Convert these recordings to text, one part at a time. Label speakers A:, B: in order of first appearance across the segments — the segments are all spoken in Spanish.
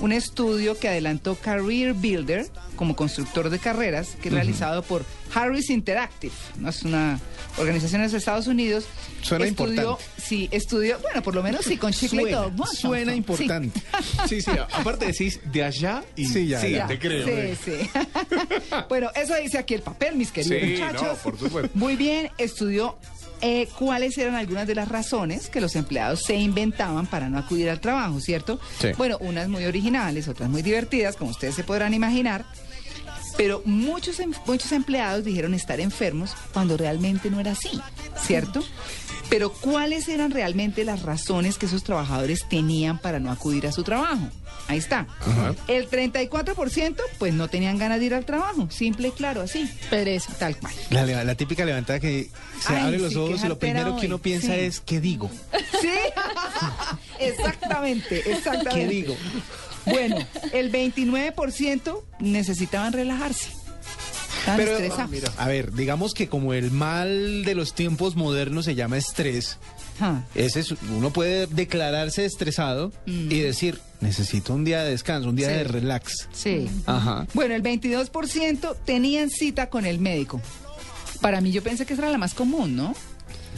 A: Un estudio que adelantó Career Builder como constructor de carreras, que es realizado por Harris Interactive, ¿no? es una organización en los Estados Unidos.
B: Suena
A: estudió,
B: importante.
A: Sí, estudió, bueno, por lo menos sí, con chicle y
B: Suena,
A: todo. Bueno,
B: suena
A: sí.
B: importante.
C: Sí, sí, a- aparte decís de allá y
B: Sí, ya,
C: sí,
B: ya.
C: te creo.
A: Sí, sí. bueno, eso dice aquí el papel, mis queridos
C: Sí,
A: muchachos.
C: no, por supuesto.
A: Muy bien, estudió eh, cuáles eran algunas de las razones que los empleados se inventaban para no acudir al trabajo, ¿cierto?
B: Sí.
A: Bueno, unas muy originales, otras muy divertidas, como ustedes se podrán imaginar. Pero muchos, em- muchos empleados dijeron estar enfermos cuando realmente no era así, ¿cierto? Pero ¿cuáles eran realmente las razones que esos trabajadores tenían para no acudir a su trabajo? Ahí está. El 34% pues no tenían ganas de ir al trabajo, simple y claro, así. Pereza. Tal cual.
B: La, leva- la típica levantada que se
A: Ay,
B: abre los
A: sí, qué
B: ojos y lo
A: jartera
B: primero que
A: hoy.
B: uno piensa
A: Sí.
B: es, ¿qué digo?
A: Sí, exactamente, exactamente.
B: ¿Qué digo?
A: Bueno, el 29% necesitaban relajarse. Estaban estresados.
B: a ver, digamos que como el mal de los tiempos modernos se llama estrés,
A: Ah,
B: ese es- uno puede declararse estresado y decir, necesito un día de descanso, un día
A: Mm. Sí.
B: de relax.
A: sí.
B: Ajá.
A: Bueno, el 22% tenían cita con el médico. Para mí yo pensé que esa era la más común, ¿no?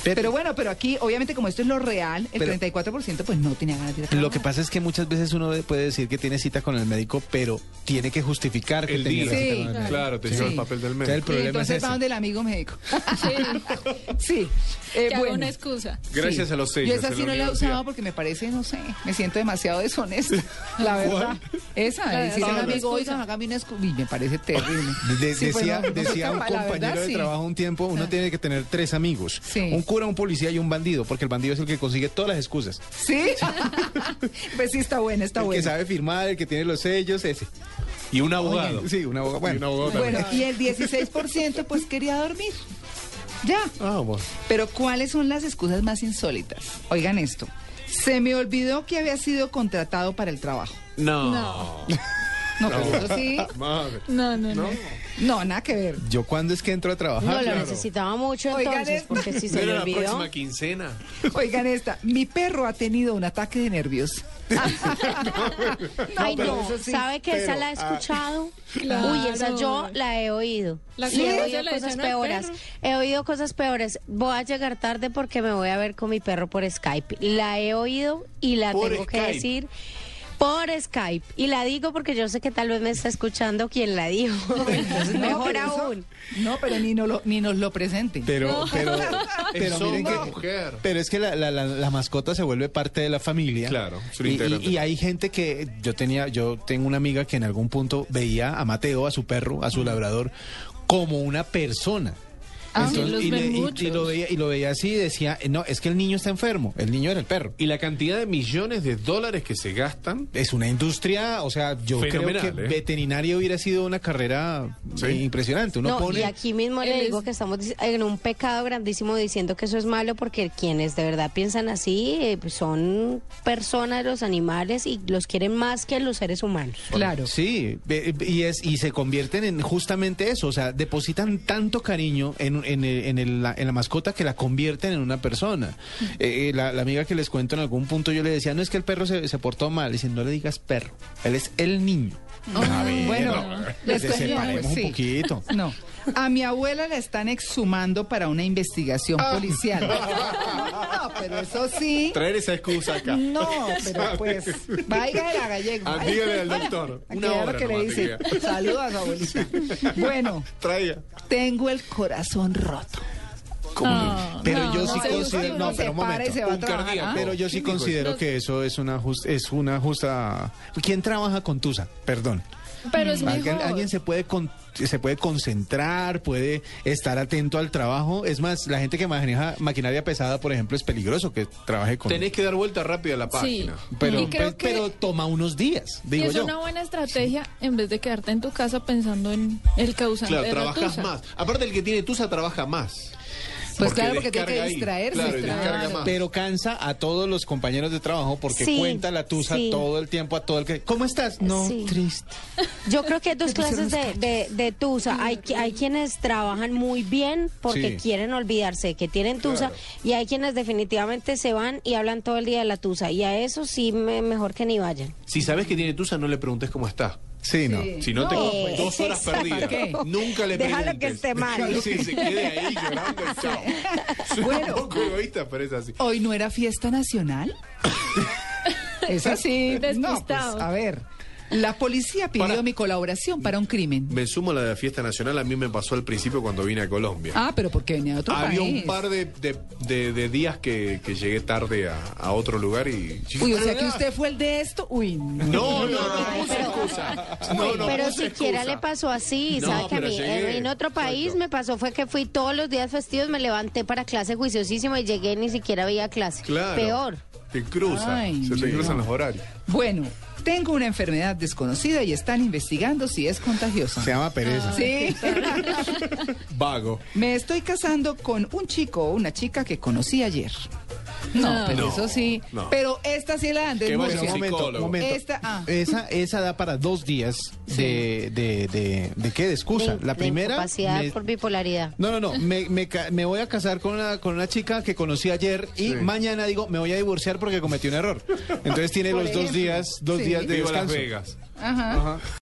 A: Pero, bueno, pero aquí, obviamente, como esto es lo real, el
B: Pero-
A: 34% pues no tenía ganas de ir a
B: Lo que
A: trabajar.
B: pasa es que muchas veces uno de- puede decir que tiene cita con el médico, pero tiene que justificar que
C: El
B: tenía
C: día.
B: la cita
A: Sí,
B: con el médico.
C: Claro, te
A: Sí.
C: lleva el papel del
B: O sea, el
C: mes.
A: y
B: problema es
A: entonces
B: ese.
A: va donde el amigo médico.
D: Sí,
A: Sí. eh,
D: que haga
A: bueno.
D: una excusa.
C: Gracias
A: Sí.
C: a los sellos.
A: Yo esa
C: en
A: sí no la he
C: universidad.
A: usado porque me parece, no sé, me siento demasiado deshonesta, la verdad. Esa,
D: Claro,
A: decirle a un
D: claro.
A: amigo, oiga, hágame una excusa. Uy, me parece terrible.
B: De-
A: Sí,
B: decía
A: pues, no,
B: decía un
A: la
B: compañero
A: verdad,
B: de
A: sí.
B: trabajo un tiempo, uno tiene que tener tres amigos,
A: Sí.
B: un cura, un policía y un bandido, porque el bandido es el que consigue todas las excusas.
A: ¿Sí? pues sí, está buena, está
B: el que
A: buena.
B: sabe firmar, el que tiene los sellos, ese.
C: Y un abogado.
B: Sí, un abogado. Bueno,
C: Y un abogado también.
A: Bueno, y el 16% pues quería dormir. Ya.
B: Ah, bueno.
A: Pero ¿cuáles son las excusas más insólitas? Oigan esto. Se me olvidó que había sido contratado para el trabajo.
C: No.
A: No, pero eso sí.
C: Madre.
D: No, no, no.
A: No, nada que ver.
B: ¿Yo cuándo es que entro a trabajar?
E: No, lo
C: claro.
E: necesitaba mucho
A: Oigan
E: entonces,
A: esto.
E: porque si se
C: Pero
E: le
C: la
E: olvidó.
C: próxima quincena.
A: Oigan esta, mi perro ha tenido un ataque de nervios.
E: Ay,
A: pero
E: no,
A: eso sí,
E: ¿sabe que esa la he escuchado?
D: Claro.
E: Uy, esa yo la he oído.
D: La
E: Sí,
D: que
E: he
D: no
E: oído
D: se le
E: cosas
D: dicen al
E: peores.
D: perro.
E: He oído cosas peores. Voy a llegar tarde porque me voy a ver con mi perro por Skype. La he oído y la
C: Por
E: tengo que
C: Skype.
E: decir por Skype. Y la digo porque yo sé que tal vez me está escuchando quien la dijo. Entonces,
A: No,
E: mejor
A: pero eso-
E: aún.
A: No, pero ni, no lo- ni nos lo presente.
B: Pero, pero, pero
C: Pero
B: miren que.
C: mujer.
B: Pero es que la, la- la- la mascota se vuelve parte de la familia.
C: Claro, es un
B: Y, y-
C: integrante.
B: y hay gente que yo tenía, yo tengo una amiga que en algún punto veía a Mateo, a su perro, a su labrador, como una persona.
D: Ah, sí, los
B: y,
D: ven
B: y- y
D: muchos.
B: lo veía, y lo veía así y decía, no, es que el niño está enfermo, el niño era el perro.
C: Y la cantidad de millones de dólares que se gastan.
B: Es una industria, o sea, yo creo
C: Fenomenal,
B: que
C: ¿eh?
B: veterinaria hubiera sido una carrera
C: Sí.
B: eh, impresionante. Uno
E: No,
B: pone
E: y aquí mismo le
D: Es-
E: digo que estamos dic- en un pecado grandísimo diciendo que eso es malo porque quienes de verdad piensan así eh, pues son personas, los animales y los quieren más que los seres humanos.
A: Claro.
B: Sí, ve- y, es, y se convierten en justamente eso, o sea, depositan tanto cariño en, en, el- en el- la, en la mascota que la convierten en una persona. Eh, eh, la, la amiga que les cuento en algún punto, yo le decía, no es que el perro se, se portó mal, dicen, no le digas perro, él es el niño.
D: Ah,
B: A ver,
A: bueno,
B: les
A: les cuento,
B: separemos
A: pues, Oh, sí.
B: un poquito.
A: No. A mi abuela la están exhumando para una investigación policial. No, pero eso sí.
C: Traer esa excusa acá.
A: No, pero pues. Vaya de la gallego.
C: Ah, dígale al doctor.
A: Aquí
C: Una
A: era
C: hora
A: lo que le
C: nomás,
A: dice.
C: diga.
A: Saludos, abuelita. Bueno,
C: Traiga.
A: tengo el corazón roto.
B: ¿Cómo que?
D: No,
B: pero
D: no,
B: yo
D: no
B: sí
D: se
B: considero,
D: usa,
B: no,
D: uno
B: pero
A: se
B: un
A: para
B: momento.
A: y se va a
C: Un
A: trabajar.
C: cardíaco.
A: ¿ah?
B: Pero yo sí
C: ¿Quién dijo
B: considero que eso es una justa, es una justa. ¿Quién trabaja con Tusa? Perdón.
D: Pero es
B: Alguien,
D: mejor.
B: alguien se puede con- se puede concentrar, puede estar atento al trabajo. Es más, la gente que maneja maquinaria pesada, por ejemplo, es peligroso que trabaje con.
C: Tenés que dar vuelta rápido a la
D: Sí.
C: página.
B: Pero,
D: Y creo
B: pe-
D: que-
B: pero toma unos días, digo
D: es
B: yo.
D: una buena estrategia en vez de quedarte en tu casa pensando en el causante
C: Claro,
D: de la
C: trabajas
D: tusa.
C: más. Aparte, el que tiene tusa trabaja más.
A: Pues claro, porque tiene que
C: descarga ahí.
A: distraerse,
C: Claro, y descarga
D: claro.
C: más.
B: Pero cansa a todos los compañeros de trabajo porque
E: Sí,
B: cuenta la tusa
E: sí.
B: todo el tiempo a todo el que. ¿Cómo estás? No,
E: Sí.
B: triste.
E: Yo creo que hay dos
A: Me pusieron
E: clases de, de, de tusa. Hay, qui- hay quienes trabajan muy bien porque
B: Sí.
E: quieren olvidarse que tienen tusa y hay quienes definitivamente se van y hablan todo el día de la tusa. Y a eso sí me- mejor que ni vayan.
C: Si sabes que tiene tusa, no le preguntes cómo está.
B: Sí, no.
A: Sí.
C: Si no, te
E: No,
C: comes
E: pues.
C: dos horas
E: Exacto.
C: perdidas.
A: ¿Qué?
C: Nunca le preguntes.
E: Déjalo que esté mal.
C: Déjalo que se quede ahí llorando. y Chao. Soy
A: Bueno.
C: un poco egoísta, pero es así.
A: ¿Hoy no era fiesta nacional? es así. No, pues,
D: Despistado.
A: a ver, la policía pidió
C: Para.
A: mi colaboración para un crimen.
C: Me sumo a la de la fiesta nacional. A mí me pasó al principio cuando vine a Colombia.
A: Ah, pero porque venía de otro
C: Había
A: país.
C: un par de, de- de- de días que, que llegué tarde a, a otro lugar y...
A: Uy, o sea
C: Pero
A: que
C: nada.
A: usted fue el de esto. Uy, no.
C: No, no, no, no
E: Ay,
C: puse
E: pero-
C: excusa. No, no
E: pero
C: puse
E: siquiera
C: excusa.
E: le pasó así,
C: No,
E: ¿sabe que a
C: pero
E: mí
C: llegué.
E: eh, en otro país
C: Exacto.
E: me pasó fue que fui todos los días festivos, me levanté para clase juiciosísima y llegué ni siquiera había clase.
C: Claro.
E: Peor.
C: Te cruzan,
A: Ay,
C: se te
A: no.
C: cruzan los horarios.
A: Bueno, tengo una enfermedad desconocida y están investigando si es contagiosa.
B: Se llama pereza.
E: Ah.
A: Sí.
C: Vago.
A: Me estoy casando con un chico o una chica que conocí ayer. No, pues
C: No,
A: eso sí.
C: no.
A: Pero esta sí la han
C: Que vaya
B: Pero
C: Sí,
A: desmorciado.
B: un momento,
C: psicólogo.
B: momento.
A: Esta, ah.
B: Esa, esa da para dos días de, de, de, de qué, de excusa.
E: De-
B: la
E: de
B: primera...
E: incapacidad
B: me-
E: por bipolaridad.
B: No, no, no, me, me ca- me voy a casar con una, con una chica que conocí ayer y
C: Sí.
B: mañana digo, me voy a divorciar porque cometí un error. Entonces tiene
A: Por
B: los dos
A: ejemplo.
B: días, dos
A: Sí.
B: días de
C: Vivo Las
B: descanso.
C: Vegas.
A: Ajá.